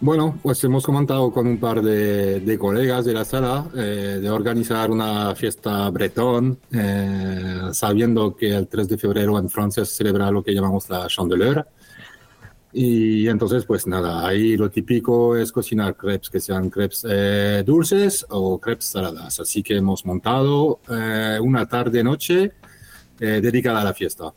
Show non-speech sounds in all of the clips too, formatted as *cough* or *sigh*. Bueno, pues hemos comentado con un par de, de colegas de la sala eh, de organizar una fiesta bretón, eh, sabiendo que el 3 de febrero en Francia se celebra lo que llamamos la chandeleur. Y entonces, pues nada, ahí lo típico es cocinar crepes, que sean crepes eh, dulces o crepes saladas. Así que hemos montado eh, una tarde-noche eh, dedicada a la fiesta.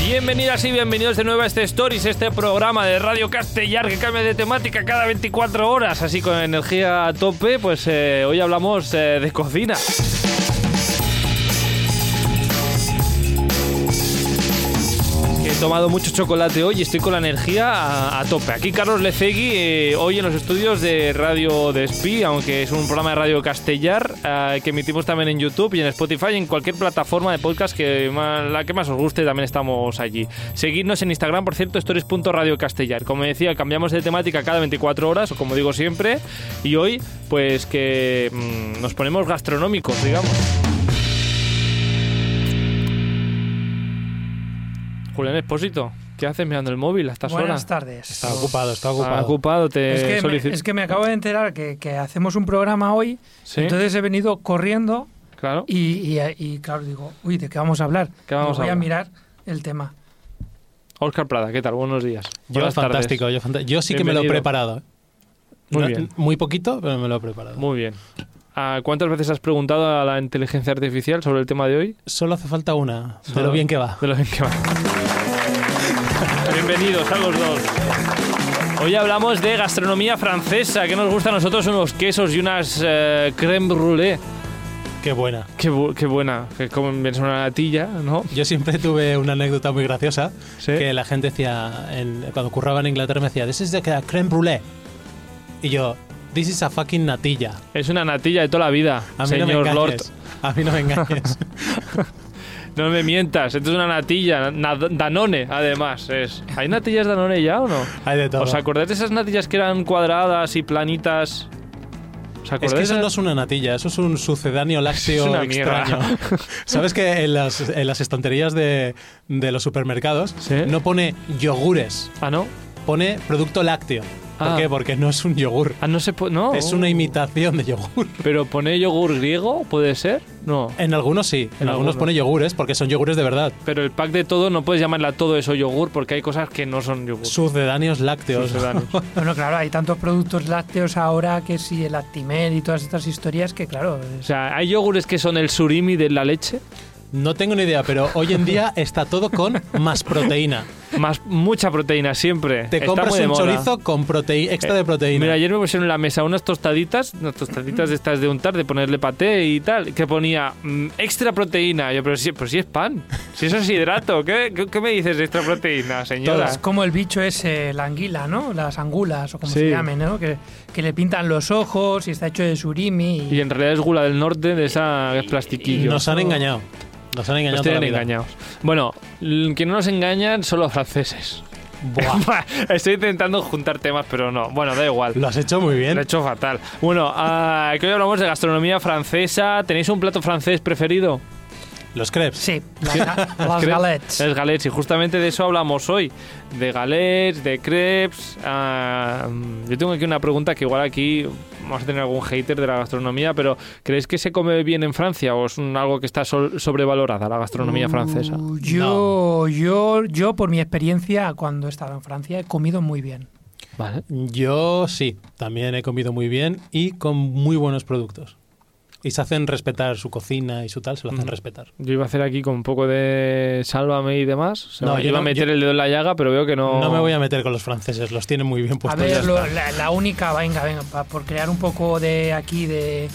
Bienvenidas y bienvenidos de nuevo a este Stories, este programa de Radio Castellar que cambia de temática cada 24 horas, así con energía a tope, pues eh, hoy hablamos eh, de cocina. He tomado mucho chocolate hoy y estoy con la energía a, a tope. Aquí Carlos Lecegui, eh, hoy en los estudios de Radio Despí, aunque es un programa de Radio Castellar eh, que emitimos también en YouTube y en Spotify y en cualquier plataforma de podcast que más- la que más os guste, también estamos allí. Seguidnos en Instagram, por cierto, stories.radiocastellar. Como decía, cambiamos de temática cada 24 horas, o como digo siempre, y hoy, pues que mm, nos ponemos gastronómicos, digamos. Julián Espósito, ¿qué haces mirando el móvil a estas Buenas horas? tardes. Está ocupado, está ocupado. Ah, ocupado, te es, que me, solicito. es que me acabo de enterar que, que hacemos un programa hoy, Sí. entonces he venido corriendo Claro. y, y- y, claro, digo, uy, ¿de qué vamos a hablar? ¿Qué vamos a Digo, voy a, hablar? mirar el tema. Óscar Prada, ¿qué tal? Buenos días. Yo Buenas tardes. fantástico, yo fanta- Yo sí que me lo he Bienvenido. preparado. ¿eh? Muy No- bien. Muy poquito, pero me lo he preparado. Muy bien. Ah, ¿Cuántas veces has preguntado a la inteligencia artificial sobre el tema de hoy? Solo hace falta una, de Ah. lo bien que va. De lo bien que va. Bienvenidos a los dos. Hoy hablamos de gastronomía francesa, que nos gusta a nosotros unos quesos y unas eh, crème brûlée. Qué buena. Qué, bu- qué buena, que comen bien una natilla, ¿no? Yo siempre tuve una anécdota muy graciosa Sí. que la gente decía, en- cuando curraba en Inglaterra, me decía, This is the creme brulee. Y yo, This is a fucking natilla. Es una natilla de toda la vida, A mí señor no me Lord. engañes. A mí no *laughs* me engañes. No me mientas, esto es una natilla, na- Danone, además. Es. ¿Hay natillas Danone ya o no? Hay de todo. ¿Os acordáis de esas natillas que eran cuadradas y planitas? ¿Os acordáis? es que eso de- no es una natilla, eso es un sucedáneo *laughs* lácteo Es una mierda. extraño. *laughs* ¿Sabes que en las, en las estanterías de, de los supermercados Sí. no pone yogures, Ah, no. pone producto lácteo? ¿Por Ah. qué? Porque no es un yogur. Ah, no se puede. No. Es una imitación de yogur. Pero pone yogur griego, ¿puede ser? No. En algunos sí, en, En algunos algunos. pone yogures porque son yogures de verdad. Pero el pack de todo no puedes llamarla todo eso yogur porque hay cosas que no son yogur. Sucedáneos lácteos. Sucedáneos. Bueno, claro, hay tantos productos lácteos ahora que si el Actimel y todas estas historias que, claro, O es- sea, hay yogures que son el surimi de la leche, No tengo ni idea, pero hoy en día está todo con más proteína. más mucha proteína siempre. Te Está compras muy de un moda. Eh, chorizo con proteína, extra de proteína. Mira, ayer me pusieron en la mesa unas tostaditas, unas tostaditas de estas de untar, de ponerle paté y tal, que ponía mm, extra proteína. Yo, pero si, pero si es pan, si eso es hidrato, ¿qué, qué, qué me dices de extra proteína, señora? es como el bicho ese, la anguila, ¿no? Las angulas o como Sí. se llame, ¿no? Que, que le pintan los ojos y está hecho de surimi. y- Y en realidad es gula del norte, de esa plastiquillo. Nos han engañado. Nos han engañado. Nos toda tienen la vida. engañados. Bueno, l- que no nos engañan son los franceses. *laughs* Buah, Estoy intentando juntar temas, pero no. Bueno, da igual. lo has hecho muy bien. Lo he hecho fatal. Bueno, ah, que hoy hablamos de gastronomía francesa. ¿Tenéis un plato francés preferido? Los crepes. Sí, *laughs* las, las crepes. galettes. Las galets, y justamente de eso hablamos hoy. De galets, de crepes. ah, mm, yo tengo aquí una pregunta que igual aquí vamos a tener algún hater de la gastronomía, pero ¿creéis que se come bien en Francia o es un- algo que está sol- sobrevalorada la gastronomía Mm. francesa? Uh, Yo, yo, yo, por mi experiencia, cuando he estado en Francia, he comido muy bien. Vale. Yo sí, también he comido muy bien y con muy buenos productos. Y se hacen respetar su cocina y su tal, se lo hacen Ujú. respetar. Yo iba a hacer aquí con un poco de sálvame y demás. O sea, No, yo iba a no- meter yo- el dedo en la llaga, pero veo que no. No me voy a meter con los franceses, los tienen muy bien a puestos. Pues ya ver, lo- está. la, la única, venga, venga, pa- por crear un poco de aquí de...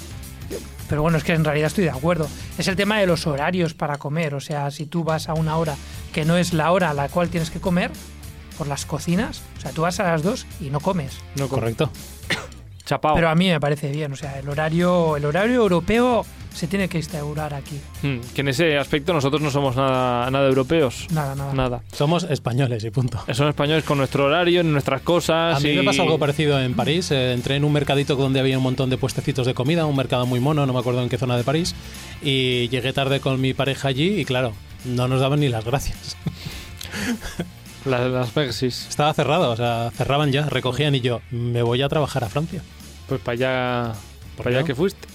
Pero bueno, es que en realidad estoy de acuerdo. Es el tema de los horarios para comer. O sea, si tú vas a una hora que no es la hora a la cual tienes que comer, por las cocinas, o sea, tú vas a las dos y no comes. No, correcto. Correcto. Chapao. Pero a mí me parece bien, o sea, el horario, el horario europeo se tiene que instaurar aquí. Mm, que en ese aspecto nosotros no somos nada, nada europeos. Nada, nada. Nada. Somos españoles y punto. Son españoles con nuestro horario, nuestras cosas. A mí y- me pasó algo parecido en París. Eh, entré en un mercadito donde había un montón de puestecitos de comida, un mercado muy mono, no me acuerdo en qué zona de París. Y llegué tarde con mi pareja allí y claro, no nos daban ni las gracias. *laughs* Las, las Pexis. Estaba cerrado, o sea, cerraban ya, recogían y yo, me voy a trabajar a Francia. Pues para allá, ¿Por para allá qué no? que fuiste.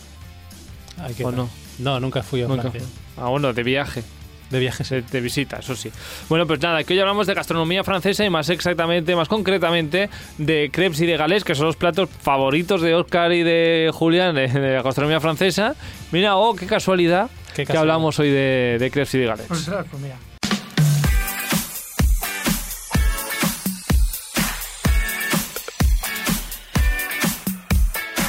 Ay, qué ¿O tal. no? No, nunca fui a Nunca. Francia. Ah, bueno, de viaje. De viajes. de, de visita, eso sí. Bueno, pues nada, que hoy hablamos de gastronomía francesa y más exactamente, más concretamente, de crepes y de galés, que son los platos favoritos de Oscar y de Julián de, de la gastronomía francesa. Mira, oh, qué casualidad, Qué que casualidad. hablamos hoy de, de crepes y de galés. Pues, claro, pues mira.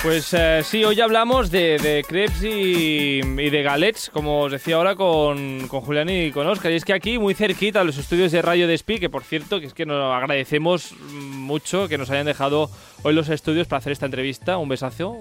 Pues eh, sí, hoy hablamos de, de crepes y, y de galets, como os decía ahora con, con Julián y con Oscar. Y es que aquí, muy cerquita, los estudios de Radio Despí, que por cierto, que es que nos agradecemos mucho que nos hayan dejado hoy los estudios para hacer esta entrevista. Un besazo,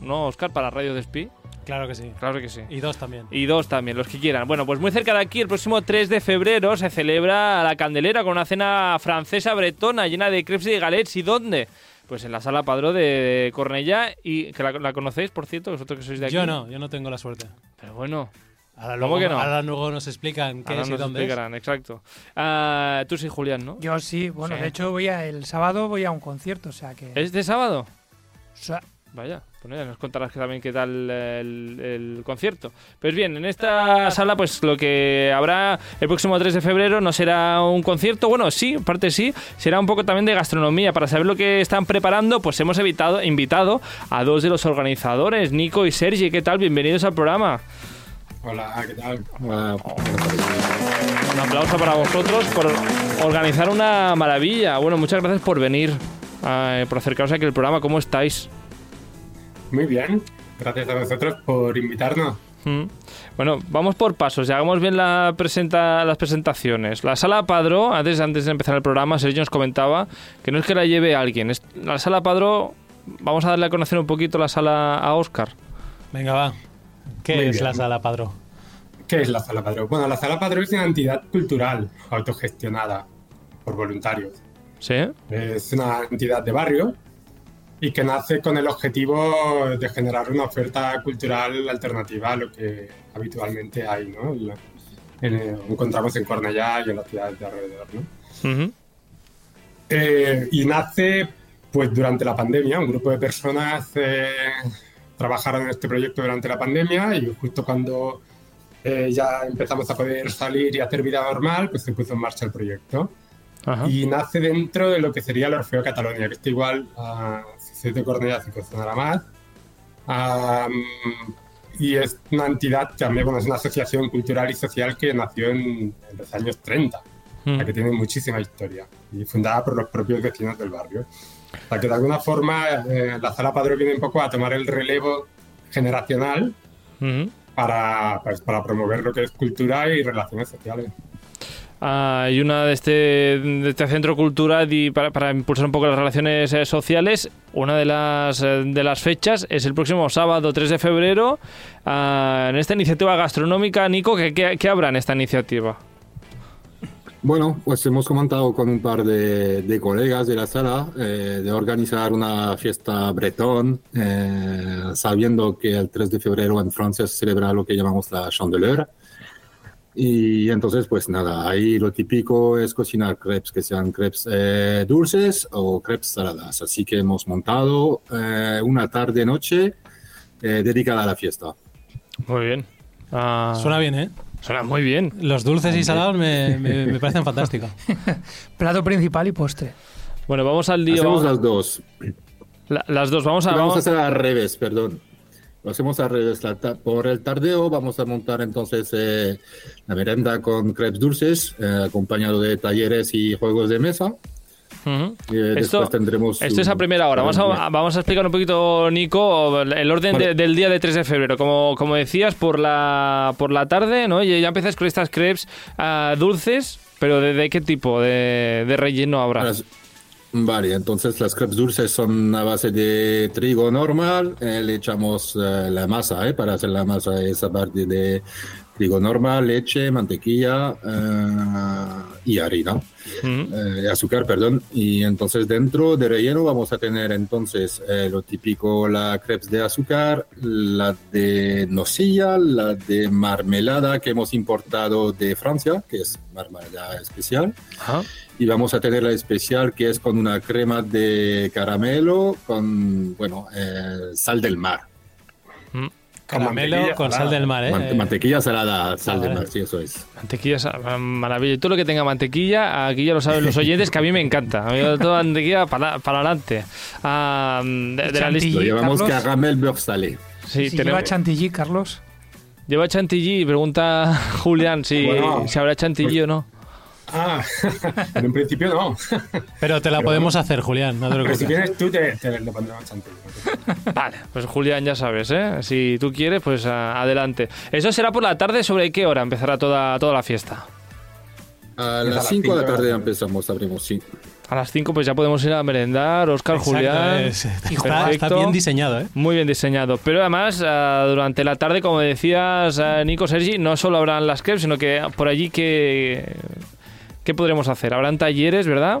¿no, Oscar? Para Radio Despí. Claro que sí. Claro que sí. Y dos también. Y dos también, los que quieran. Bueno, pues muy cerca de aquí, el próximo 3 de febrero, se celebra la Candelera con una cena francesa bretona llena de crepes y de galets. ¿Y dónde? Pues en la Sala Padró de Cornellá, y que la, la conocéis, por cierto, vosotros que sois de aquí. Yo no, yo no tengo la suerte. Pero bueno, Ahora ¿Cómo luego, que no? ahora luego nos explican qué ahora es y nos dónde es. explicarán, exacto. Ah, tú sí, Julián, ¿no? Yo sí, bueno, Sí. ¿Eh? de hecho voy a, el sábado voy a un concierto, o sea que... ¿Es de sábado? o sea, Vaya, pues nada, nos contarás que también qué tal eh, el, el concierto. Pues bien, en esta sala, pues lo que habrá el próximo 3 de febrero no será un concierto, bueno, sí, en parte sí, será un poco también de gastronomía. Para saber lo que están preparando, pues hemos evitado, invitado a dos de los organizadores, Nico y Sergi. ¿Qué tal? Bienvenidos al programa. Hola, ¿qué tal? Hola. Un aplauso para vosotros por organizar una maravilla. Bueno, muchas gracias por venir, eh, por acercaros aquí al programa. ¿Cómo estáis? Muy bien, gracias a vosotros por invitarnos. Mm. Bueno, vamos por pasos y hagamos bien la presenta, las presentaciones. La sala Padró, antes, antes de empezar el programa, Sergio nos comentaba que no es que la lleve alguien. es- la sala Padró, vamos a darle a conocer un poquito la sala a Oscar. Venga, va. ¿Qué Muy es bien. la sala, Padro? ¿Qué es la Sala Padró? Bueno, la Sala Padró es una entidad cultural autogestionada por voluntarios. ¿Sí? Es una entidad de barrio y que nace con el objetivo de generar una oferta cultural alternativa a lo que habitualmente hay, ¿no? En la- en- encontramos en Cornellá y en las ciudades de alrededor, ¿no? Ujú. Eh, y nace pues durante la pandemia. Un grupo de personas eh, trabajaron en este proyecto durante la pandemia y justo cuando eh, ya empezamos a poder salir y hacer vida normal, pues se puso en marcha el proyecto. Ajá. Y nace dentro de lo que sería el Orfeo Catalonia, que está igual a si sois de Cornellá, si nada más. Am, y es una entidad también, bueno, es una asociación cultural y social que nació en- en los años 30 Mm. la que tiene muchísima historia y fundada por los propios vecinos del barrio. O sea que de alguna forma eh, la sala Padró viene un poco a tomar el relevo generacional Ujú. para, pues, para promover lo que es cultura y relaciones sociales. Ah, Hay una de este, de este centro cultural y para, para impulsar un poco las relaciones eh, sociales. Una de las, eh, de las fechas es el próximo sábado 3 de febrero. ah, en esta iniciativa gastronómica, Nico, ¿qué, qué, qué habrá en esta iniciativa? Bueno, pues hemos comentado con un par de, de colegas de la sala eh, de organizar una fiesta bretón, eh, sabiendo que el 3 de febrero en Francia se celebra lo que llamamos la chandeleur. Y entonces, pues nada, ahí lo típico es cocinar crepes, que sean crepes eh, dulces o crepes saladas. Así que hemos montado eh, una tarde-noche eh, dedicada a la fiesta. Muy bien. Ah, suena, Suena bien, ¿eh? muy bien. Los dulces y salados me, me- me parecen fantásticos. plato principal y postre. Bueno, vamos al lío. Hacemos vamos- las dos. la- las dos, vamos a. Lo vamos a vamos- hacer al revés, perdón. Lo hacemos al revés. La ta- por el tardeo vamos a montar entonces eh, la merenda con crepes dulces, eh, acompañado de talleres y juegos de mesa. Ujú. Eh, después tendremos esto es un- a primera hora. Vamos a, vamos a explicar un poquito, Nico, el orden de- Vale. del día de 3 de febrero. Como, como decías, por la, por la tarde, ¿no? Y ya empiezas con estas crepes ah, dulces, pero ¿de, de qué tipo de, de relleno a habrá? las- Vale, entonces las crepes dulces son a base de trigo normal, eh, le echamos eh, la masa, eh, para hacer la masa esa parte de trigo normal, leche, mantequilla eh, y harina, Mm. eh, azúcar, perdón. Y entonces dentro de relleno vamos a tener entonces eh, lo típico, la crepes de azúcar, la de nocilla, la de marmelada que hemos importado de Francia, que es marmelada especial Ajá. y vamos a tener la especial que es con una crema de caramelo con, bueno, eh, sal del mar. Caramelo con sal del mar, ¿eh? Mante- mantequilla salada, sal del vale. mar, sí, eso es. Mantequilla, es una maravilla. Y todo lo que tenga mantequilla, aquí ya lo saben los oyentes, que a mí me encanta. A mí toda mantequilla para, para adelante. Ah, de, de la Chantilly. lista. Lo ¿Y llamamos Carlos? caramel beurre salé. Sí, si tenemos- lleva chantilly, Carlos. lleva chantilly. Pregunta *laughs* Julián si, Bueno. si habrá chantilly o no. Ah, en un principio no. Pero te la podemos hacer, Julián, no te Pero preocupes. si quieres tú te, te lo pondré bastante. Vale, pues Julián, ya sabes, ¿eh? Si tú quieres, pues a- adelante. Eso será por la tarde, ¿sobre qué hora empezará toda, toda la fiesta? A a las 5 de las la cinco de la tarde tarde. empezamos, abrimos, sí. A las 5 pues ya podemos ir a merendar, Oscar, Exacto, eh, Julián. es- está, perfecto. está bien diseñado, ¿eh? Muy bien diseñado. Pero además, ah, durante la tarde, como decías, ah, Nico, Sergi, no solo habrán las crepes, sino que por allí, ¿qué, qué podremos hacer? Habrán talleres, ¿verdad?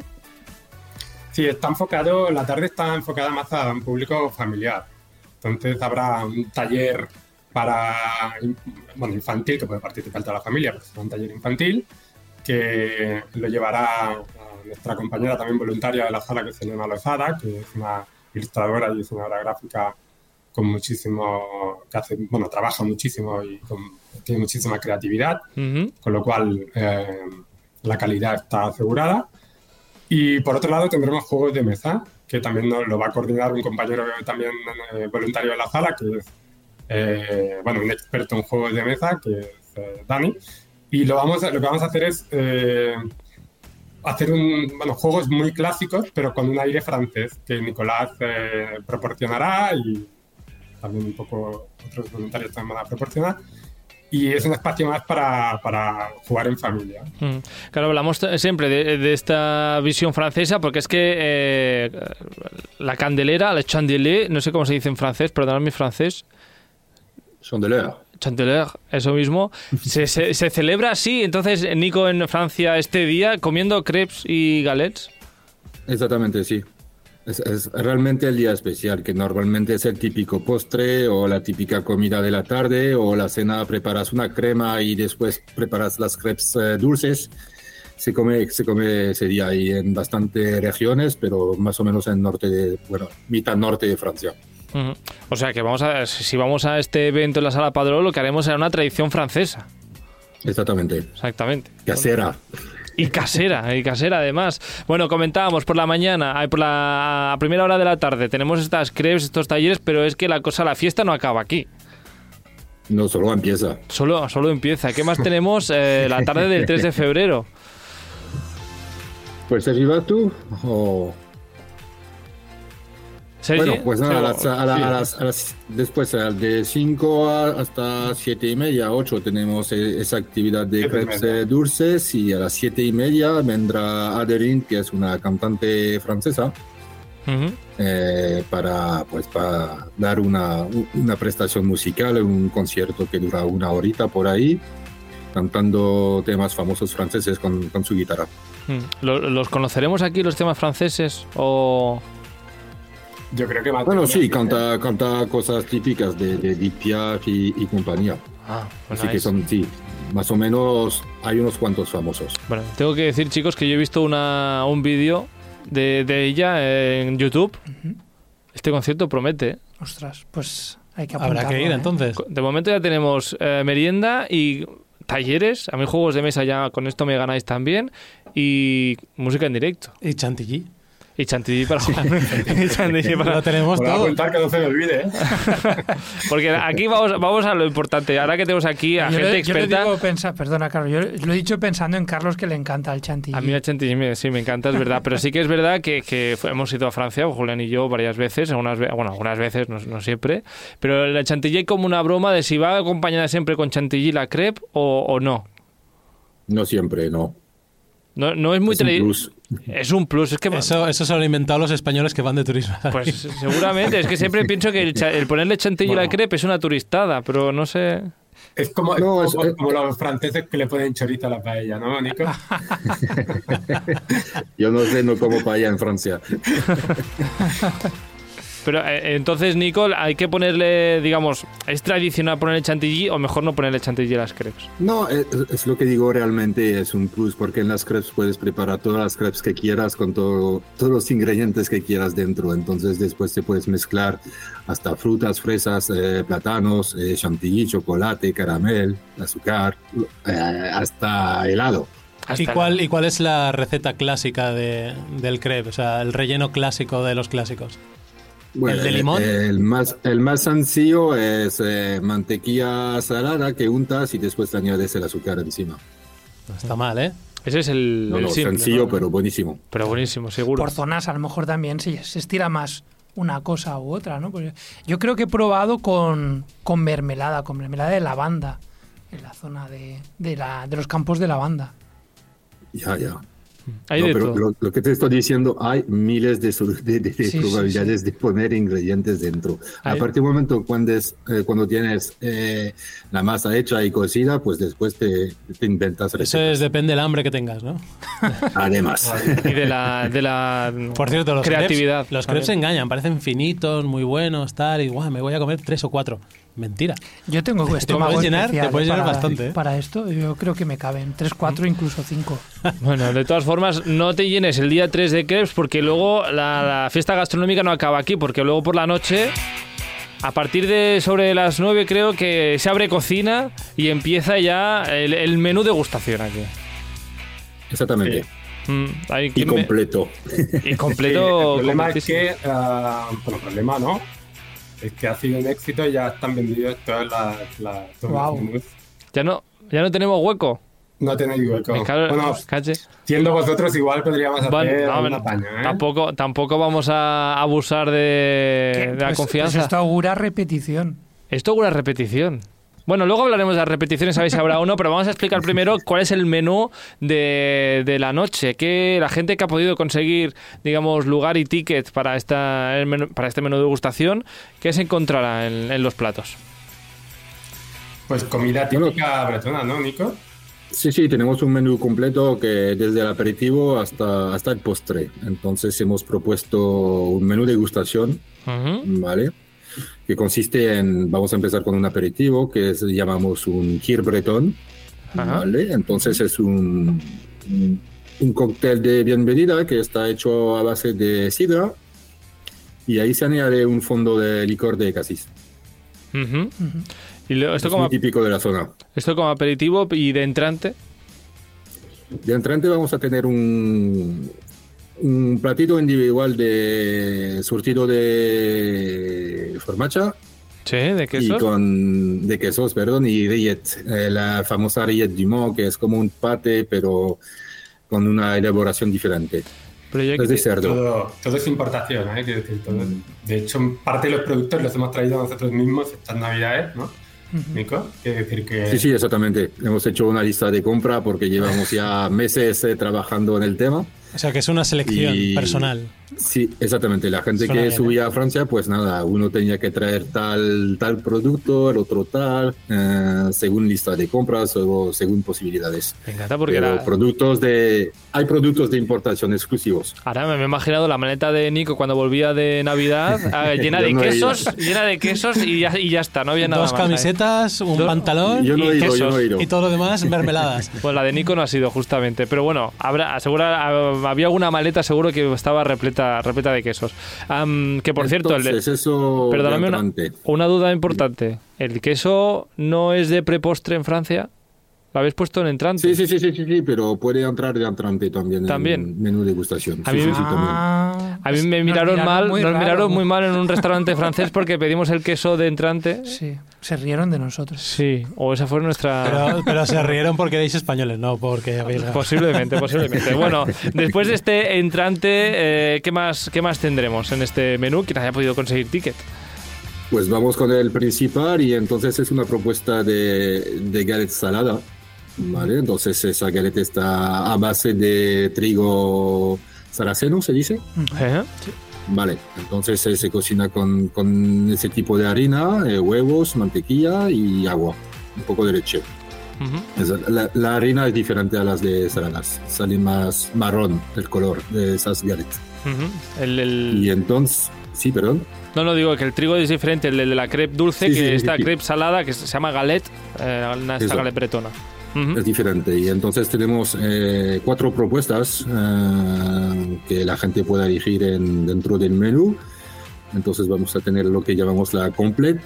Sí, está enfocado, la tarde está enfocada más a un público familiar. Entonces habrá un taller para, bueno, infantil, que puede participar toda la familia, pero será un taller infantil que lo llevará a nuestra compañera también voluntaria de la sala, que es Elena Lozada, que es una ilustradora y diseñadora gráfica con muchísimo, que hace, bueno, trabaja muchísimo y con- tiene muchísima creatividad Ujú. con lo cual eh, la calidad está asegurada. Y por otro lado tendremos juegos de mesa, que también nos lo va a coordinar un compañero también eh, voluntario de la sala, que es eh, bueno, un experto en juegos de mesa, que es eh, Dani. Y lo, vamos a- lo que vamos a hacer es eh, hacer un, bueno, juegos muy clásicos, pero con un aire francés, que Nicolás eh, proporcionará y también un poco otros voluntarios también van a proporcionar y es un espacio más para, para jugar en familia. Mm. Claro, hablamos t- siempre de, de esta visión francesa, porque es que eh, la candelera, la chandelier, no sé cómo se dice en francés, perdonad mi francés, Chandeleur. chandelier, eso mismo, se, se- se celebra así. Entonces, eh, Nico en Francia este día comiendo crepes y galets. Exactamente, sí. Es, es realmente el día especial, que normalmente es el típico postre o la típica comida de la tarde o la cena, preparas una crema y después preparas las crepes eh, dulces. Se come, se come ese día y en bastantes regiones, pero más o menos en norte de, bueno, mitad norte de Francia. Ujú. O sea que vamos a, si vamos a este evento en la sala Padrón, lo que haremos será una tradición francesa. Exactamente. Exactamente. Casera. Y casera, y casera además. Bueno, comentábamos por la mañana, ay, por la, a primera hora de la tarde, tenemos estas crepes, estos talleres, pero es que la cosa, la fiesta no acaba aquí. No solo empieza. Solo, solo empieza. ¿Qué más tenemos eh, la tarde del 3 de febrero? Pues Sergi, ¿vas tú? O- Sergi, Bueno, pues nada, a las, sí, a la- a las- a las- después a- de 5 hasta 7 y media, 8 tenemos eh, esa actividad de Siete y crepes media. eh, dulces y a las 7 y media vendrá Adeline, que es una cantante francesa, ujú. eh, para, pues, para dar una, u- una prestación musical, un concierto que dura una horita por ahí, cantando temas famosos franceses con, con su guitarra. Mm. ¿Lo- ¿Los conoceremos aquí los temas franceses o...? Yo creo que va a Bueno, tener- sí, canta, canta cosas típicas de, de Edith Piaf y- y compañía. Ah, bueno, Así que ahí- son, pues sí, más o menos hay unos cuantos famosos. Bueno, tengo que decir, chicos, que yo he visto una, un vídeo de, de ella en YouTube. Este concierto promete. ¿eh? Ostras, pues hay que apuntarlo. Habrá que ir ¿eh? entonces. De momento ya tenemos eh, merienda y talleres. A mí juegos de mesa ya con esto me ganáis también. Y música en directo. Y chantilly. Y chantilly para jugar. *laughs* Y chantilly para- *laughs* Lo tenemos Os voy a todo. contar que no se me olvide, ¿eh? Porque aquí vamos, vamos a lo importante. Ahora que tenemos aquí a Yo gente lo, yo lo experta... digo pensa- perdona, Carlos, yo lo he dicho pensando en Carlos que le encanta el chantilly. A mí el chantilly me- sí me encanta, es verdad. Pero sí que es verdad que, que fu- hemos ido a Francia, Julián y yo, varias veces. Algunas, ve- bueno, algunas veces, no, no siempre. Pero el chantilly hay como una broma de si va acompañada siempre con chantilly la crepe o, o no. No siempre, no. No, no es muy Es un tradi- plus. Es un plus, es que Eso, eso se lo han inventado los españoles que van de turismo. Pues seguramente, es *laughs* que siempre pienso que el, cha- el ponerle chantilly a la crepe es una turistada, pero no sé. Es como, es No, como- es- es- como los franceses que le ponen chorito a la paella, ¿no, *laughs* Nico? Yo no sé, no como paella en Francia. Pero eh, entonces, Nicole, hay que ponerle, digamos, ¿es tradicional ponerle chantilly o mejor no ponerle chantilly a las crepes? *laughs* No, es, es lo que digo realmente, es un plus, porque en las crepes puedes preparar todas las crepes que quieras con todo- todos los ingredientes que quieras dentro. Entonces después te puedes mezclar hasta frutas, fresas, eh, plátanos, eh, chantilly, chocolate, caramel, azúcar, eh, hasta helado. Hasta ¿Y la- cuál, ¿Y cuál es la receta clásica de- del crepe? O sea, el relleno clásico de los clásicos. ¿El de limón? eh, el, más, el más sencillo es eh, mantequilla salada que untas y después le añades el azúcar encima. No está mal, ¿eh? Ese es el, No, el no, simple, sencillo, ¿no? pero buenísimo. Pero buenísimo, seguro. por zonas a lo mejor también se, se estira más una cosa u otra, ¿no? Porque yo creo que he probado con, con mermelada, con mermelada de lavanda, en la zona de, de, la, de los campos de lavanda. Ya, ya. Hay No, de pero todo. Lo, lo que te estoy diciendo, hay miles de, solu- de- de- de Sí, sí, probabilidades de poner ingredientes dentro. Hay- A partir del momento cuando, es, eh, cuando tienes eh, la masa hecha y cocida, pues después te, te inventas Eso recetas. es, depende del hambre que tengas, ¿no? Además, Y de la, de la Por cierto, los creatividad. crepes, los crepes engañan, parecen finitos, muy buenos, tal, y guau, me voy a comer tres o cuatro. Mentira. Yo tengo Te estómago puedes llenar- te especial puedes llenar para- bastante, ¿eh? Para esto yo creo que me caben 3, 4, incluso 5. Bueno, de todas formas, no te llenes el día 3 de crepes porque luego la, la fiesta gastronómica no acaba aquí, porque luego por la noche, a partir de sobre las 9 creo que se abre cocina y empieza ya el, el menú degustación aquí. exactamente. Mm, hay Y quien me- completo. y *laughs* completo. el problema es completísimo. que, ah, bueno, el problema no, es que ha sido un éxito y ya están vendidos todas las, las todos los Guau. menús. Ya no, ya no tenemos hueco. No tenéis hueco. Me cago en- Bueno, cache. siendo vosotros igual podríamos hacer Bueno, no, una bueno, paña, ¿eh? tampoco, tampoco vamos a abusar de, de la Eh, confianza. Pues, esto augura repetición. Esto es una repetición. Bueno, luego hablaremos de las repeticiones, a ver si habrá uno, pero vamos a explicar primero cuál es el menú de, de la noche. Que la gente que ha podido conseguir, digamos, lugar y ticket para, esta, el menú- para este menú de degustación, ¿qué se encontrará en, en los platos? Pues comida típica bretona, ¿no, Nico? Sí, sí, tenemos un menú completo que desde el aperitivo hasta, hasta el postre. Entonces hemos propuesto un menú de degustación Ujú. ¿vale? Que consiste en, vamos a empezar con un aperitivo que es, llamamos un kir bretón, Ajá. ¿vale? Entonces es un, un- un cóctel de bienvenida que está hecho a base de sidra y ahí se añade un fondo de licor de casis. Ujú. Y luego, esto, Es como, muy típico de la zona. esto como aperitivo y de entrante. De entrante vamos a tener un, un platito individual de surtido de formacha, Sí, de queso. Y con de quesos, perdón, y rillette, eh, la famosa rillette Dumont, que es como un pate, pero con una elaboración diferente. Pero yo- Es de cerdo. Todo, todo es importación, ¿eh? Quiero decir, todo- Mm. de hecho, parte de los productos los hemos traído nosotros mismos estas navidades, ¿no? Nico, quiero decir que... Sí, sí, exactamente. Hemos hecho una lista de compra porque llevamos ya meses eh, trabajando en el tema. O sea, que es una selección Y- personal. Sí, exactamente. La gente Suena que bien, subía ¿eh? a Francia, pues nada, uno tenía que traer tal, tal producto, el otro tal, eh, según lista de compras o según posibilidades. me encanta porque Pero la- productos de, hay productos de importación exclusivos. Ahora me he imaginado la maleta de Nico cuando volvía de *laughs* Navidad, ah, llena Yo de no he ido. quesos, llena de quesos y ya, y ya está, no había nada Dos más. ¿eh? ahí. camisetas, un Dos- pantalón Yo no y he ido, yo quesos. no he ido. Y todo lo demás, *laughs* mermeladas. Pues la de Nico no ha sido justamente, pero bueno, habrá, asegura, ah, había alguna maleta seguro que estaba repleta, repleta de quesos. Am, que por cierto, el de- Entonces, eso perdóname de una, entrante. una duda importante. ¿El queso no es de prepostre en Francia? ¿Lo habéis puesto en entrante? Sí, sí, sí, sí, sí, sí, pero puede entrar de entrante también. También. En menú degustación. A Sí, mí- sí, sí, también. Ah, A mí me nos miraron, mal, nos raro. miraron muy mal en un restaurante francés porque pedimos el queso de entrante. Sí, se rieron de nosotros. Sí, o esa fue nuestra... Pero, pero se rieron porque erais españoles, no porque habéis- *laughs* Posiblemente, posiblemente. Bueno, después de este entrante, eh, ¿qué, más, ¿qué más tendremos en este menú? Quien haya podido conseguir ticket. Pues vamos con el principal y entonces es una propuesta de, de galette salada. ¿vale? Entonces esa galeta está a base de trigo saraceno, ¿se dice? Ajá. Vale, entonces eh, se cocina con, con ese tipo de harina, eh, huevos, mantequilla y agua, un poco de leche. Ujú. Es- La, la harina es diferente a las de saladas, sale más marrón el color de esas galetas. Ujú. El- el- Y entonces, sí, perdón. No, no, digo que el trigo es diferente, el de la crepe dulce, Sí, que sí, sí, esta sí. crepe salada, que se llama galette, eh, una- esta Eso. galette bretona. Ujú. es diferente. Y entonces tenemos eh, cuatro propuestas eh, que la gente pueda elegir en, dentro del menú. Entonces vamos a tener lo que llamamos la complete,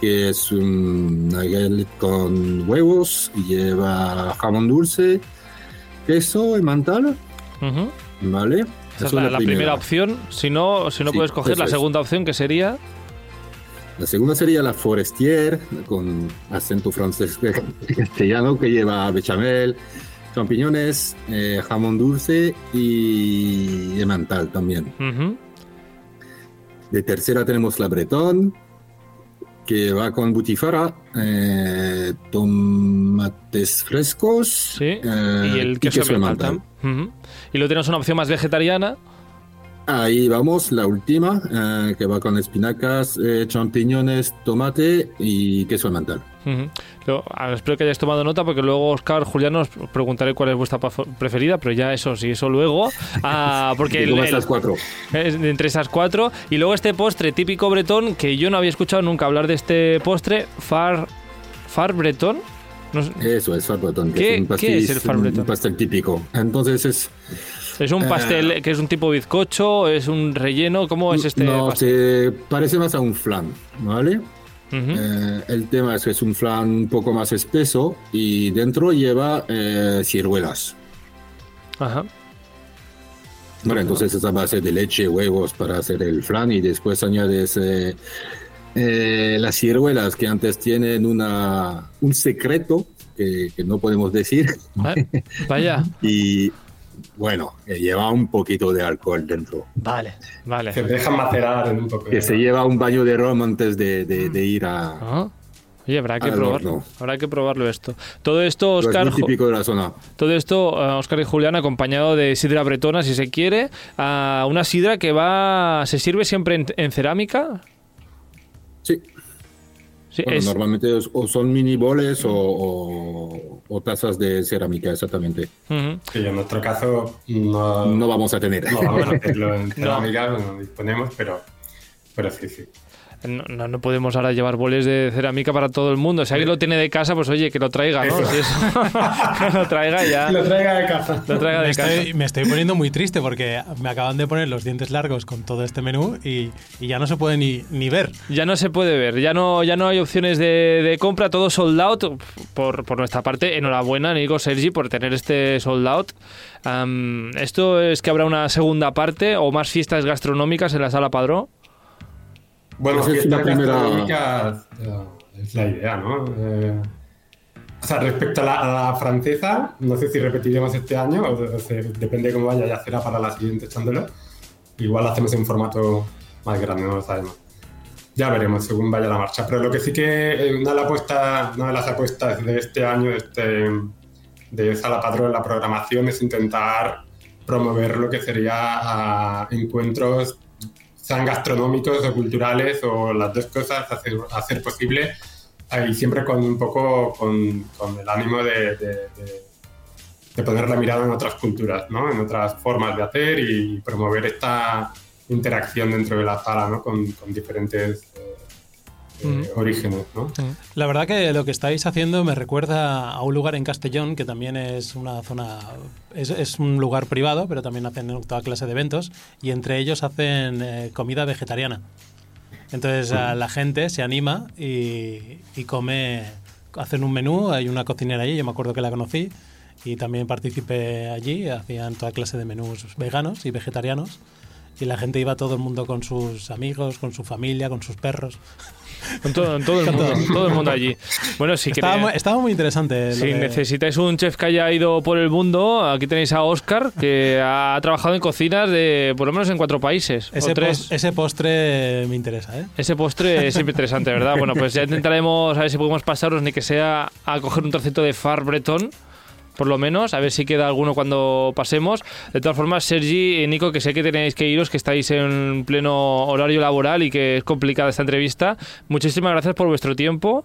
que es un- una galette con huevos, lleva jamón dulce, queso emmental, Ujú. ¿vale? Esa es Eso la, es la primera. opción. Si no, si no Sí, puedes coger eso la es. segunda opción, que sería. La segunda sería la Forestier, con acento francés *laughs* castellano, que lleva bechamel, champiñones, eh, jamón dulce y emmental también. Ujú. De tercera tenemos la Bretón, que va con butifara, eh, tomates frescos Sí. eh, y el queso, me falta. emmental. Ujú. Y luego tenemos una opción más vegetariana. Ahí vamos, la última, eh, que va con espinacas, eh, champiñones, tomate y queso emmental. Ujú. Luego, a ver, espero que hayáis tomado nota porque luego Oscar, Julián, os preguntaré cuál es vuestra paf- preferida, pero ya eso sí, eso luego. *laughs* Ah, porque Y el- como el- estas cuatro. Es de entre esas cuatro. Y luego este postre típico bretón, que yo no había escuchado nunca hablar de este postre, far, far bretón. No sé, Eso es farbretón. que ¿Qué- es un qué pastel, es el farbretón? Un pastel típico. Entonces es... es un Eh, pastel que es un tipo bizcocho, es un relleno, ¿cómo es este no, pastel? ¿Mm? se parece más a un flan, ¿vale? Ujú. Eh, el tema es que es un flan un poco más espeso y dentro lleva eh, ciruelas. Ajá. Bueno, entonces es a base de leche, huevos para hacer el flan y después añades eh, eh, las ciruelas que antes tienen una, un secreto que, que no podemos decir *laughs* Eh, Vaya, y bueno, eh, lleva un poquito de alcohol dentro. Vale. vale. *laughs* Que te dejan macerar en un poco. Que se lleva un baño de ron antes de, de- de ir a... Ah. Oye, habrá que Al probarlo. horno. Habrá que probarlo esto. Todo esto, Pero Oscar, es muy típico de la zona. Todo esto, Oscar y Julián, acompañado de sidra bretona, si se quiere, a una sidra que va, se sirve siempre en, en cerámica. Sí. Sí, Bueno, es- normalmente es- o son mini boles o, o- o tazas de cerámica, exactamente. Ujú. Sí, en nuestro caso no, No vamos a tener. no vamos a hacerlo en cerámica, no. disponemos, pero, pero sí, sí. No, no- no podemos ahora llevar boles de cerámica para todo el mundo. Si alguien lo tiene de casa, pues oye, que lo traiga, ¿no? Eso. Si eso- *laughs* que lo traiga ya. *laughs* Lo traiga de casa. *laughs* Lo traiga Me de estoy, casa. me estoy poniendo muy triste porque me acaban de poner los dientes largos con todo este menú y, y ya no se puede ni, ni ver. Ya no se puede ver, ya no, ya no hay opciones de, de compra, todo sold out. Por, por nuestra parte, enhorabuena, Nico Sergi, por tener este sold out. Am, ¿Esto es que habrá una segunda parte o más fiestas gastronómicas en la sala Padró? Bueno, Esa es fiestas la primera- gastronómicas, eh, es la idea, ¿no? Eh, o sea, respecto a la, a la francesa, no sé si repetiremos este año, o, o se- depende cómo vaya, ya será para la siguiente echándola. Igual la hacemos en formato más grande, no lo sabemos. Ya veremos según vaya la marcha. Pero lo que sí que eh, una de, la apuesta- una de las apuestas de este año, de, este, de Sala Patrón, la programación, es intentar promover lo que sería ah, encuentros sean gastronómicos o culturales o las dos cosas, hacer, hacer posible eh, y siempre con un poco con, con el ánimo de, de, de- de poner la mirada en otras culturas, ¿no? en otras formas de hacer y promover esta interacción dentro de la sala ¿no? con, con diferentes eh, eh, orígenes. ¿no? La verdad que lo que estáis haciendo me recuerda a un lugar en Castellón que también es una zona, es, es un lugar privado, pero también hacen toda clase de eventos y entre ellos hacen eh, comida vegetariana. Entonces a la gente se anima y, y come, hacen un menú, hay una cocinera allí, yo me acuerdo que la conocí y también participé allí, hacían toda clase de menús veganos y vegetarianos y la gente iba todo el mundo con sus amigos, con su familia, con sus perros. Con todo, en todo el mundo, todo. todo el mundo allí. Bueno, si Estaba, mu- queréis- estaba muy interesante. lo Si que- necesitáis un chef que haya ido por el mundo, aquí tenéis a Oscar, que ha trabajado en cocinas de por lo menos en cuatro países. o ese, tres. pos- ese postre me interesa, ¿eh? Ese postre es siempre interesante, ¿verdad? Bueno, pues ya intentaremos a ver si podemos pasaros ni que sea a coger un trocito de far bretón por lo menos, a ver si queda alguno cuando pasemos. De todas formas, Sergi y Nico, que sé que tenéis que iros, que estáis en pleno horario laboral y que es complicada esta entrevista, muchísimas gracias por vuestro tiempo.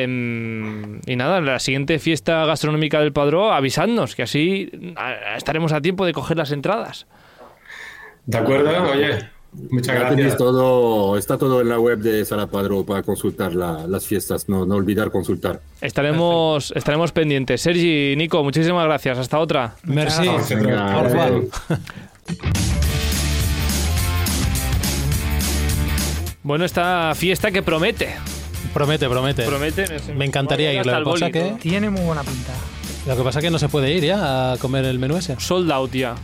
Eh, y nada, la siguiente fiesta gastronómica del Padró, avisadnos, que así a- estaremos a tiempo de coger las entradas. ¿De acuerdo? Oye, muchas *laughs* Ya tenéis gracias. todo, está todo en la web de Sala Padro para consultar la- las fiestas, no, no olvidar consultar. Estaremos, estaremos pendientes. Sergi, Nico, muchísimas gracias. Hasta otra. Merci. A vosotros. Venga, Au revoir. Bueno, esta fiesta que promete. Promete, promete. Promete. en el sentido- Me encantaría Bueno, ir, lo hasta que pasa el que boli, Tiene muy buena pinta. Lo que pasa es que no se puede ir ya a comer el menú ese. ¿no? Sold out ya.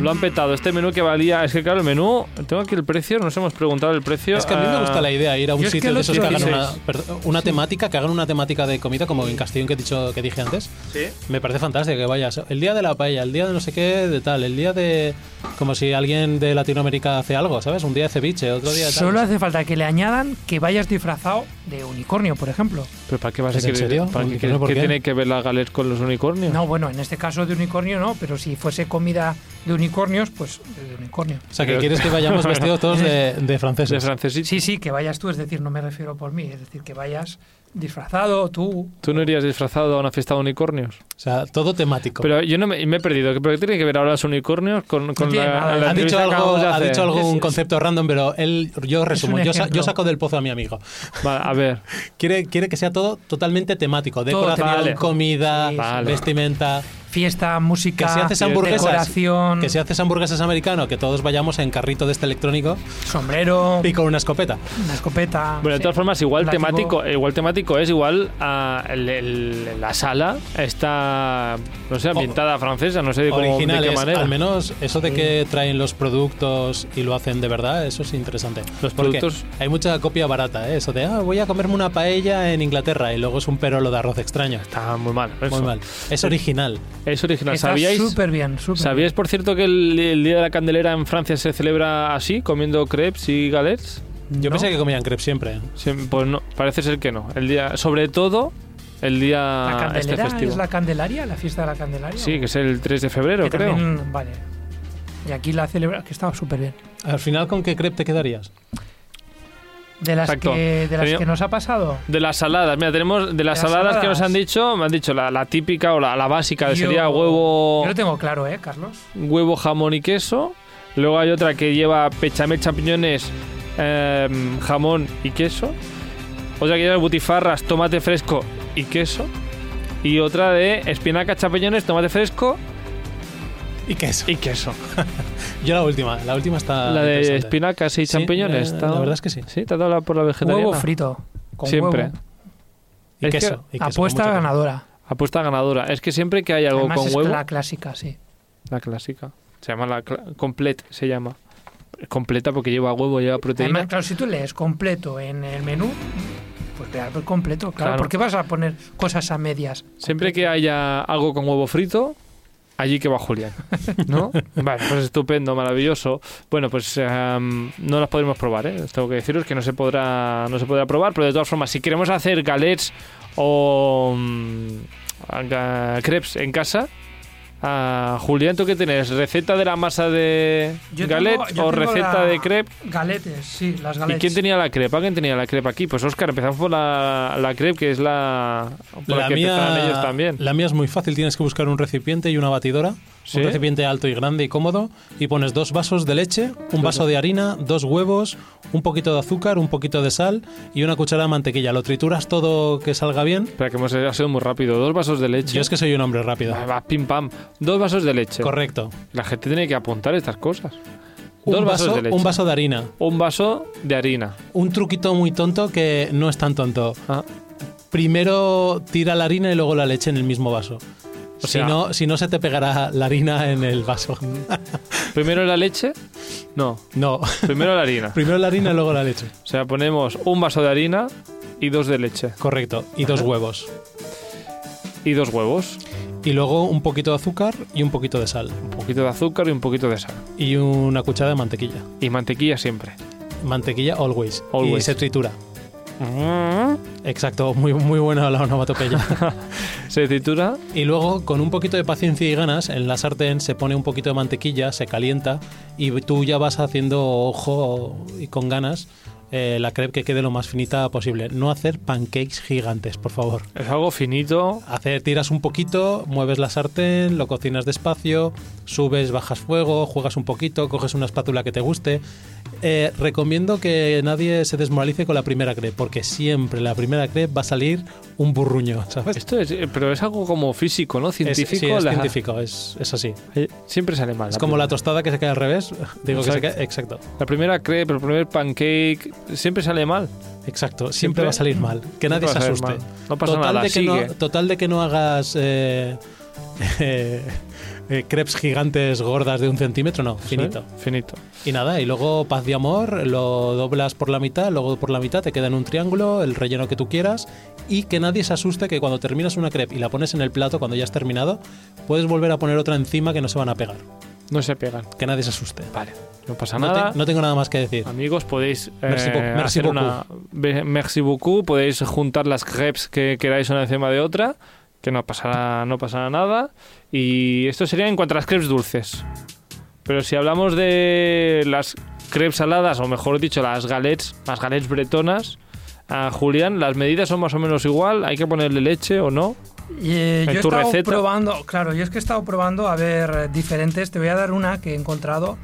Lo han petado. Este menú que valía. Es que claro, el menú. Tengo aquí el precio. Nos hemos preguntado el precio. Es que a mí me Ah, gusta la idea ir a un Yo es que sitio lo de esos que quiero hagan ir. una, perdón, una temática, que hagan una temática de comida como en Castellón que he dicho que dije antes. Sí. Me parece fantástico que vayas el día de la paella, el día de no sé qué, de tal, el día de como si alguien de Latinoamérica hace algo, ¿sabes? Un día de ceviche, otro día de tal. Solo hace falta que le añadan que vayas disfrazado de unicornio, por ejemplo. ¿Pero para qué vas a ¿Es en querer? serio? ¿Para qué, ¿Unicornio quieres- por qué qué? tiene que ver la galés con los unicornios? No, bueno, en este caso de unicornio no, pero si fuese comida de unicornios, pues de unicornio. O sea, que Pero- quieres que vayamos vestidos todos *laughs* de, de franceses. De francés. Sí, sí, que vayas tú, es decir, no me refiero por mí, es decir, que vayas disfrazado tú. ¿Tú no irías disfrazado a una fiesta de unicornios? o sea, todo temático. Pero yo no me, me he perdido. ¿Pero qué tiene que ver ahora los unicornios con, con tiene la, la nada. ¿eh? ha dicho, entrevista que algo, acabamos de ha hacer? dicho algún Es- es- concepto random, pero él, yo resumo, un yo, sa- yo ejemplo. saco del pozo a mi amigo. Vale, a ver. Quiere, quiere que sea todo totalmente temático, decoración, vale. comida, Sí, Vale. vestimenta. Fiesta, música, Que si haces hamburguesas, decoración, que si haces hamburguesas americano, que todos vayamos en carrito de este electrónico sombrero, y con una escopeta. una escopeta. Bueno, de sí. todas formas, igual Látigo. temático, ¿eh? igual temático es igual a el- el- la sala está no sé Oh. ambientada francesa, no sé de, cómo, de qué Originales, manera. al menos eso de que traen los productos y lo hacen de verdad, eso es interesante. Los Porque productos- Hay mucha copia barata, ¿eh? eso de ah, voy a comerme una paella en Inglaterra y luego es un perolo de arroz extraño. Está muy mal. eso. Muy mal. Es original. Es original. Está ¿Sabíais? súper bien, súper ¿Sabíais, por cierto, que el, el Día de la Candelera en Francia se celebra así, comiendo crepes y galets? bien. Yo ¿No? pensé que comían crepes siempre. Sí, Pues no, parece ser que no. El día, sobre todo, el La día este Candelera festivo. es la Candelaria, la fiesta de la Candelaria. Sí, que es el 3 de febrero, Que creo. también- vale. Y aquí la celebra que estaba súper bien. Al final, ¿con qué crepe te quedarías? De las, Exacto. que, de las Tenía- que nos ha pasado. De las saladas, mira, tenemos de las, las saladas, que nos saladas. han dicho, me han dicho la, la típica o la, la básica, que Yo- sería huevo, Yo lo tengo claro, ¿eh, Carlos? huevo, jamón y queso. Luego hay otra que lleva pechamel, champiñones, em, jamón y queso. Otra que lleva butifarras, tomate fresco y queso. Y otra de espinaca, champiñones, tomate fresco Y queso. y queso. *laughs* Yo la última. La última está. la de Ah, interesante. espinacas y Sí, champiñones. eh, ¿te ha la dado- verdad es que sí. Sí, te ha dado la- por la vegetariana. Huevo frito. Con Siempre. huevo. Y Es que queso. y queso, con Apuesta mucho queso. ganadora. Apuesta ganadora. Es que siempre que hay algo Además con es huevo... la clásica, sí. La clásica. Se llama la cla- complete, se llama. Completa porque lleva huevo, lleva proteína. Además, claro, si tú lees completo en el menú, pues veas por completo, claro, Claro. Porque vas a poner cosas a medias. Siempre que haya algo con huevo frito, allí que va Julián. *laughs* ¿No? vale, pues estupendo, maravilloso. Bueno, pues em, no las podremos probar, ¿eh? Tengo que deciros que no se podrá no se podrá probar, pero de todas formas, si queremos hacer galets o mm, ga- crepes en casa, ah, Julián, ¿tú qué tienes? ¿Receta de la masa de Yo galet tengo- yo o tengo receta la- de crepe? Galetes, sí, las ¿Y galetes. quién tenía la crepa? ¿Quién tenía la crepa aquí? Pues Óscar, empezamos por la, la crepe, que es la, por la, La que empezaron mía, ellos también. la mía es muy fácil, tienes que buscar un recipiente y una batidora, ¿Sí? un recipiente alto y grande y cómodo, y pones dos vasos de leche, un vaso de harina, dos huevos, un poquito de azúcar, un poquito de sal y una cucharada de mantequilla. Lo trituras todo que salga bien. Espera, que hemos ha sido muy rápido. Dos vasos de leche. Yo es que soy un hombre rápido. Ah, va, pim pam. Dos vasos de leche. Correcto. La gente tiene que apuntar estas cosas. Un dos vaso, vasos de leche. un vaso de harina. Un vaso de harina. Un truquito muy tonto que no es tan tonto. Ah, Primero tira la harina y luego la leche en el mismo vaso. O sea- si, no, si no, se te pegará la harina en el *laughs* vaso. Primero la leche. No. No. Primero la *laughs* harina. Primero la harina y luego la leche. O sea, ponemos un vaso de harina y dos de leche. Correcto. Y dos huevos. Y dos huevos. Y luego un poquito de azúcar y un poquito de sal. Un poquito de azúcar y un poquito de sal. Y una cucharada de mantequilla. Y mantequilla siempre. Mantequilla always. Always. Y se tritura. Mm. Exacto, muy, muy buena la onomatopeya. *laughs* Se titula Y luego, con un poquito de paciencia y ganas, en la sartén se pone un poquito de mantequilla, se calienta y tú ya vas haciendo ojo y con ganas eh, la crepe que quede lo más finita posible. No hacer pancakes gigantes, por favor. Es algo finito. Hacer, tiras un poquito, mueves la sartén, lo cocinas despacio, subes, bajas fuego, juegas un poquito, coges una espátula que te guste. Eh, recomiendo que nadie se desmoralice con la primera crepe, porque siempre la primera crepe va a salir un burruño, *laughs* ¿sabes? Esto es, eh, pero es algo como físico, ¿no? Pues Es- sí, Científico. es la- científico, es, es así. Eh, Siempre sale mal. Es como la tostada que se cae al revés. *laughs* Digo que se cae- exacto, La primera crepe, el primer pancake, siempre sale mal. exacto. Siempre, Siempre- va a salir mal. Que nadie se Nunca va a asuste. salir mal. No pasa nada, de que sigue. no, total de que no hagas eh, *laughs* eh, eh, crepes gigantes gordas de un centímetro, no, finito. Sí, ¿Eh? Finito. Y nada, y luego paz de amor, lo doblas por la mitad, luego por la mitad te queda en un triángulo, el relleno que tú quieras, y que nadie se asuste que cuando terminas una crepe y la pones en el plato cuando ya has terminado, puedes volver a poner otra encima que no se van a pegar. No se pegan. Que nadie se asuste. Vale. No pasa No, nada. te- no tengo nada más que decir. Amigos, podéis eh, Merci beaucoup, merci hacer una be- merci beaucoup, podéis juntar las crepes que queráis una encima de otra, que no pasará, no pasará nada. Y esto sería en cuanto a las crepes dulces. Pero si hablamos de las crepes saladas, o mejor dicho, las galets, las galets bretonas, a Julián, las medidas son más o menos igual, hay que ponerle leche o no. Y, eh, ¿En yo he tu estado receta? probando, claro, yo es que he estado probando a ver eh, diferentes. Te voy a dar una que he encontrado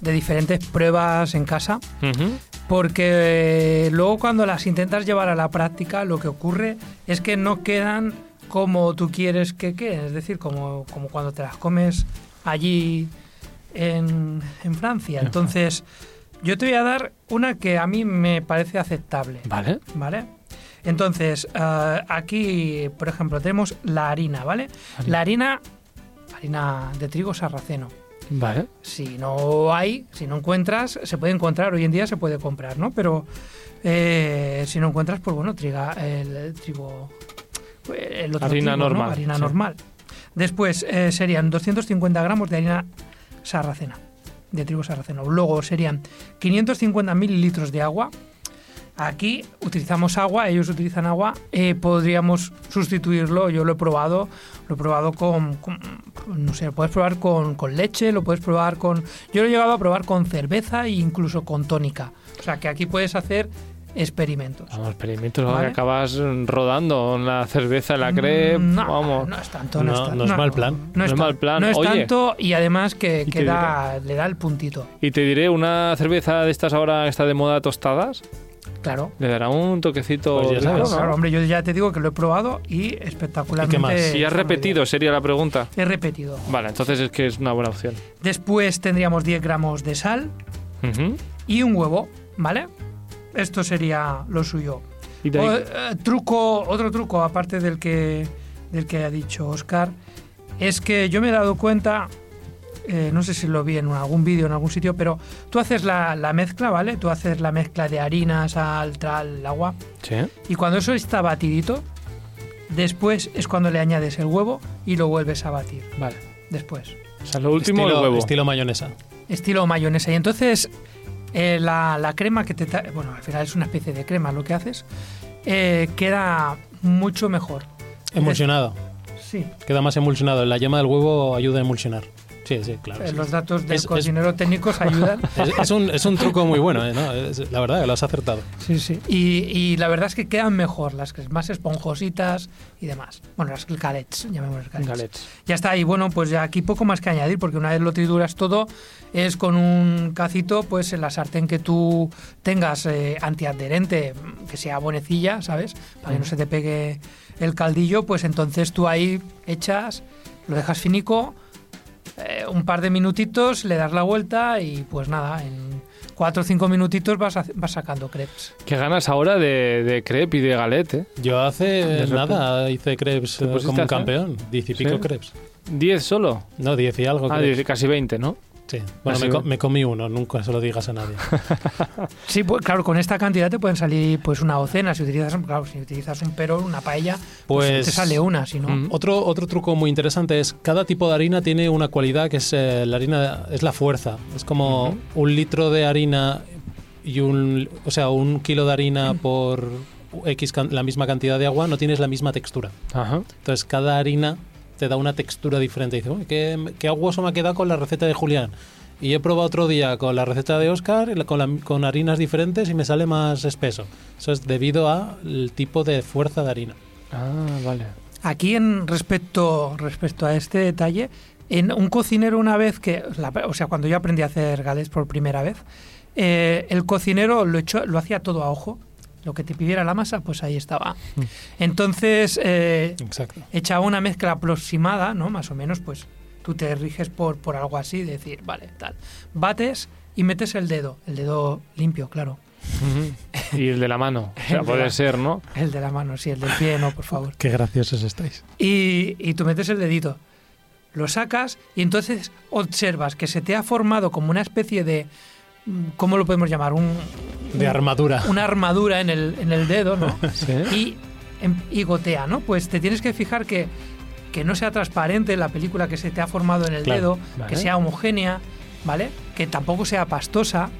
de diferentes pruebas en casa, porque eh, luego cuando las intentas llevar a la práctica, lo que ocurre es que no quedan como tú quieres que queden, es decir, como, como cuando te las comes allí en, en Francia. Entonces, yo te voy a dar una que a mí me parece aceptable. Vale. ¿vale? Entonces, ah, aquí, por ejemplo, tenemos la harina, ¿vale? La harina, harina de trigo sarraceno. Vale. Si no hay, si no encuentras, se puede encontrar, hoy en día se puede comprar, ¿no? Pero eh, si no encuentras, pues bueno, triga, el, trigo... eh, el otro Harina trigo, ¿no? normal, Harina sí. normal. Después eh, serían 250 gramos de harina sarracena, de trigo sarraceno. Luego serían 550 mililitros de agua. Aquí utilizamos agua, ellos utilizan agua. eh, podríamos sustituirlo, yo lo he probado, lo he probado con, con- no sé, lo puedes probar con, con leche, lo puedes probar con... Yo lo he llegado a probar con cerveza e incluso con tónica. O sea que aquí puedes hacer experimentos. Vamos, experimentos, Vale. que acabas rodando la cerveza, la crepe, Mm, no, vamos. No es tanto, No, no, es tanto. no es mal plan. No es tan- mal plan, No es oye. tanto y además que, Y que te da, le da el puntito. Y te diré, una cerveza de estas ahora que está de moda tostadas, Claro. le dará un toquecito. Pues ya rico, Claro, sabes. ¿no? claro, hombre, yo ya te digo que lo he probado y espectacularmente. ¿Y qué más? Si has repetido, sería la pregunta. He repetido. Vale, entonces es que es una buena opción. Después tendríamos 10 gramos de sal Ujú. y un huevo, ¿vale? Esto sería lo suyo. Y de ahí- O, eh, truco, otro truco, aparte del que, del que ha dicho Oscar, es que yo me he dado cuenta, eh, no sé si lo vi en algún vídeo, en algún sitio, pero tú haces la, la mezcla, ¿vale? Tú haces la mezcla de harina, sal, tral, agua, Sí. y cuando eso está batidito, después es cuando le añades el huevo y lo vuelves a batir, Vale. después. O sea, lo último, estilo, el huevo. estilo mayonesa. estilo mayonesa. Y entonces eh, la, la crema que te... ta- Bueno, al final es una especie de crema lo que haces. eh, queda mucho mejor. Emulsionado. Sí, Queda más emulsionado. La yema del huevo ayuda a emulsionar. Sí, sí, claro. eh, Ah, sí. los datos del Es- es- cocinero *laughs* técnicos ayudan. Es, es un, es un truco muy bueno, ¿eh? ¿No? Es- la verdad, que lo has acertado. Sí, sí. Y, y la verdad es que quedan mejor las que más esponjositas y demás. Bueno, las galets, llamémoslas galets. Galets. Ya está, y bueno, pues ya aquí poco más que añadir, porque una vez lo trituras todo, es con un cacito, pues en la sartén que tú tengas eh, antiadherente, mm, que sea bonecilla, ¿sabes? Para que no se te pegue el caldillo, pues entonces tú ahí echas, lo dejas finico, eh, un par de minutitos, le das la vuelta y pues nada, en cuatro o cinco minutitos vas, hac- vas sacando crepes. Qué ganas ahora de, de crepe y de galette. ¿eh? Yo hace repente. nada hice crepes ¿Te eh, pusiste como a un hacer? campeón. Diez y ¿Sí? pico crepes. ¿Diez solo? No, diez y algo. Ah, crepes. diez, casi veinte, ¿no? Sí. Bueno, Así me, co- que- me comí uno, nunca se lo digas a nadie. Sí, pues claro, con esta cantidad te pueden salir pues una docena, si utilizas, claro, si utilizas un perol, una paella, pues, Pues- te sale una, si no... Mm. Otro, otro truco muy interesante es cada tipo de harina tiene una cualidad que es eh, la harina es la fuerza. Es como un litro de harina y un o sea un kilo de harina por X can- la misma cantidad de agua, no tienes la misma textura. Ajá. Entonces cada harina te da una textura diferente. Dices, "Uy, ¿qué, qué aguoso me ha quedado con la receta de Julián. Y he probado otro día con la receta de Oscar, y la- con, la- con harinas diferentes y me sale más espeso. Eso es debido al tipo de fuerza de harina. Ah, vale. Aquí en respecto, respecto a este detalle, en un cocinero una vez que, la- o sea, cuando yo aprendí a hacer galés por primera vez, eh, el cocinero lo, echó- lo hacía todo a ojo. Lo que te pidiera la masa, pues ahí estaba. Entonces, eh, Exacto. echaba una mezcla aproximada, ¿no? Más o menos, pues tú te riges por, por algo así, decir, vale, tal. Bates y metes el dedo, el dedo limpio, claro. Y el de la mano. O *laughs* sea, El de puede la- ser, ¿no? El de la mano, sí, el del pie, no, por favor. Qué graciosos estáis. y, y tú metes el dedito. Lo sacas y entonces observas que se te ha formado como una especie de. mm, ¿Cómo lo podemos llamar? Un, De armadura. una armadura en el, en el dedo, ¿no? Sí. Y, em- y gotea, ¿no? Pues te tienes que fijar que, que no sea transparente la película que se te ha formado en el Claro, dedo, vale. que sea homogénea, ¿vale? Que tampoco sea pastosa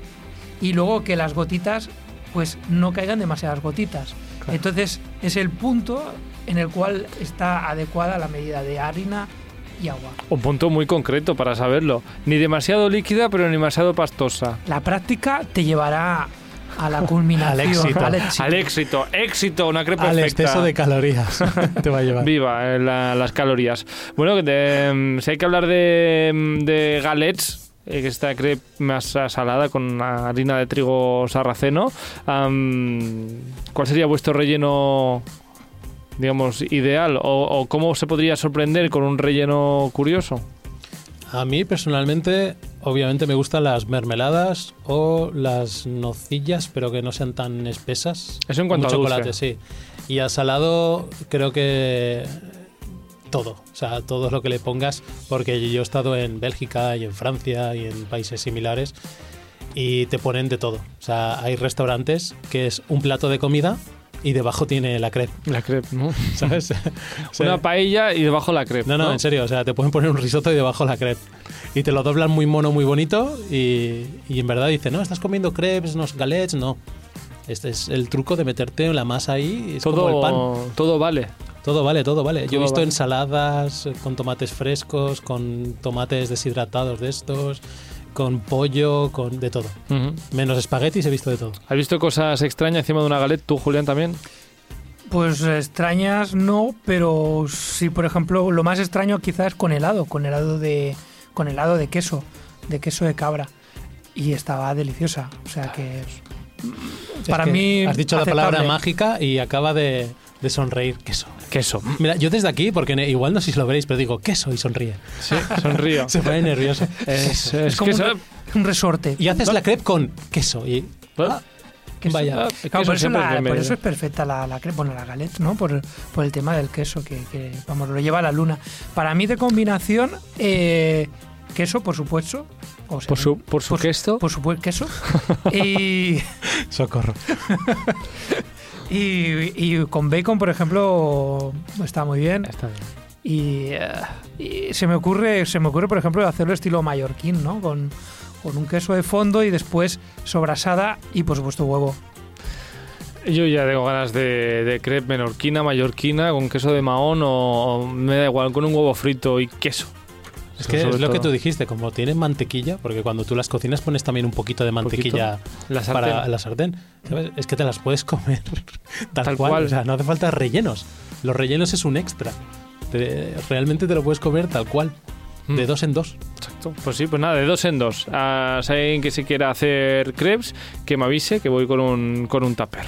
y luego que las gotitas, pues no caigan demasiadas gotitas. Entonces es el punto en el cual está adecuada la medida de harina y agua. Un punto muy concreto para saberlo. Ni demasiado líquida, pero ni demasiado pastosa. La práctica te llevará *laughs* a la culminación, éxito. Al éxito, éxito, una crepa Al perfecta. exceso *laughs* de calorías te va a llevar. Viva eh, la- las calorías. Bueno, que de, mm, si hay que hablar de, mm, de galets, eh, que esta crepe masa salada con una harina de trigo sarraceno, am, ¿cuál sería vuestro relleno, digamos, ideal? O, o cómo se podría sorprender con un relleno curioso? A mí personalmente, obviamente me gustan las mermeladas o las nocillas, pero que no sean tan espesas. Eso en cuanto Como a dulce. chocolate, sí. Y a salado creo que todo, o sea, todo lo que le pongas, porque yo he estado en Bélgica y en Francia y en países similares y te ponen de todo. O sea, hay restaurantes que es un plato de comida y debajo tiene la crepe, La crepe, ¿no? *laughs* ¿sabes? *laughs* O sea, Una paella y debajo la crepe. no, no, en serio, o sea, te pueden poner un risotto y debajo la crepe. Y te lo doblan muy mono, muy bonito. Y, y en verdad dice, no, estás comiendo crepes, unos galets, no. Este es el truco de meterte la masa ahí. Es Todo, como el pan. todo vale. Todo vale, todo vale. Yo Todo he visto vale. ensaladas eh, con tomates frescos, con tomates deshidratados de estos, con pollo, con de todo. Ujú. Menos espaguetis he visto de todo. ¿Has visto cosas extrañas encima de una galette? ¿Tú, Julián, también? Pues extrañas no, pero sí, por ejemplo, lo más extraño quizás con helado, con helado de con helado de queso, de queso de cabra y estaba deliciosa, o sea que para Es que mí Has dicho la palabra aceptable. mágica y acaba de, de sonreír. Queso. Queso. Mira, yo desde aquí, porque ne- igual no sé si lo veréis, pero digo queso y sonríe. Sí, sonrío. Se *laughs* pone nervioso. Es, es es como que un, sabe- re- un resorte. Y haces la crepe con queso. Y, Ah, Queso. vaya. ah, es que Claro, eso por, eso siempre es la- por bienvenido. eso es perfecta la, la cre- bueno, la galette, ¿no? Por, por el tema del queso, que, que, vamos, lo lleva a la luna. Para mí de combinación, eh, queso, por supuesto. o sea, Por, su, por supuesto. Por supuesto, queso. y, Socorro. y, y con bacon, por ejemplo, está muy bien. Está bien. Y, eh, y se, me ocurre, se me ocurre, por ejemplo, hacerlo estilo mallorquín, ¿no? Con, con un queso de fondo y después sobrasada y, por supuesto, huevo. Yo ya tengo ganas de, de crepe menorquina, mallorquina, con queso de mahón o, o me da igual, con un huevo frito y queso. Es Eso que sobre es lo que todo. tú dijiste, como tienen mantequilla, porque cuando tú las cocinas pones también un poquito de mantequilla La sartén. para la sartén. ¿sabes? Es que te las puedes comer *laughs* tal, Tal cual. cual. O sea, no hace falta rellenos. Los rellenos es un extra. Te- realmente te lo puedes comer tal cual. De Mm. dos en dos. Exacto. Pues sí, pues nada, de dos en dos. A si hay alguien que se quiera hacer crepes, que me avise que voy con un, con un tupper.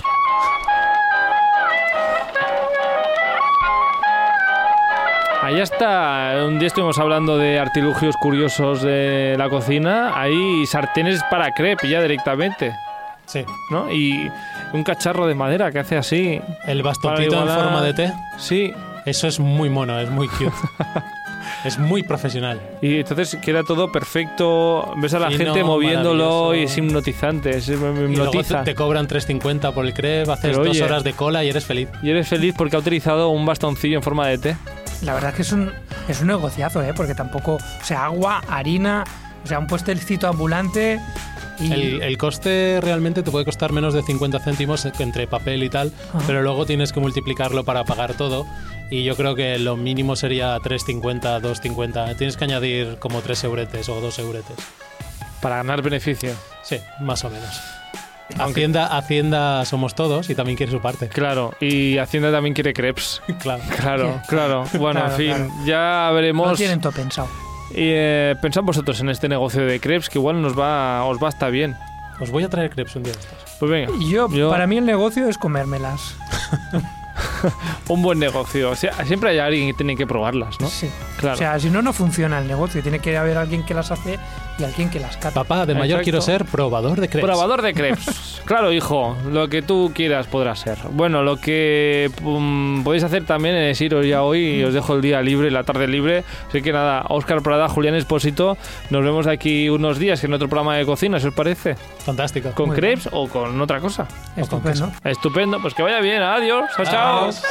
Allá está, un día estuvimos hablando de artilugios curiosos de la cocina. Hay sartenes para crepe ya directamente, Sí. ¿no? Y un cacharro de madera que hace así. El bastoncito en igualar- forma de té, Sí, eso es muy mono, es *laughs* muy cute. es muy profesional. Y entonces queda todo perfecto. Ves a la Fino, gente moviéndolo maravilloso. y es hipnotizante, es, me- me Y luego hipnotiza. te, te cobran 3.50 por el crepe, haces Pero dos oye. horas de cola y eres feliz. Y eres feliz porque ha utilizado un bastoncillo en forma de té. La verdad es que es un, es un negociazo, ¿eh? Porque tampoco. O sea, agua, harina, o sea, un puestecito ambulante. Y- El, el coste realmente te puede costar menos de 50 céntimos entre papel y tal, Ah. Ajá. pero luego tienes que multiplicarlo para pagar todo. Y yo creo que lo mínimo sería 3,50, 2,50. Tienes que añadir como 3 euretes o 2 euretes. Para ganar beneficio. Sí, más o menos. Hacienda, Hacienda somos todos y también quiere su parte. *laughs* Claro. Y Hacienda también quiere *laughs* crepes. Claro. Claro, claro. Bueno, en Claro, fin, ya Lo veremos. tienen todo pensado. Y, eh, pensad vosotros en este negocio de crepes que igual nos va, os va hasta bien. Os voy a traer crepes un día de estos. Pues venga, Yo, Yo- para mí el negocio es comérmelas. un buen negocio. O sea, siempre hay alguien que tiene que probarlas, ¿no? Sí. Claro. O sea, si no, no funciona el negocio. Tiene que haber alguien que las hace y alguien que las cata. Papá, de mayor Exacto. quiero ser probador de crepes. Probador de crepes. claro, hijo, lo que tú quieras podrá ser. Bueno, lo que mm, podéis hacer también es iros ya hoy y os dejo el día libre, la tarde libre. Así que nada, Óscar Prada, Julián Espósito, nos vemos de aquí unos días en otro programa de cocina, ¿se os parece? Fantástico. ¿Con Muy crepes o con otra cosa? Estupendo. Estupendo, pues que vaya bien, adiós, chao, chao. Adiós.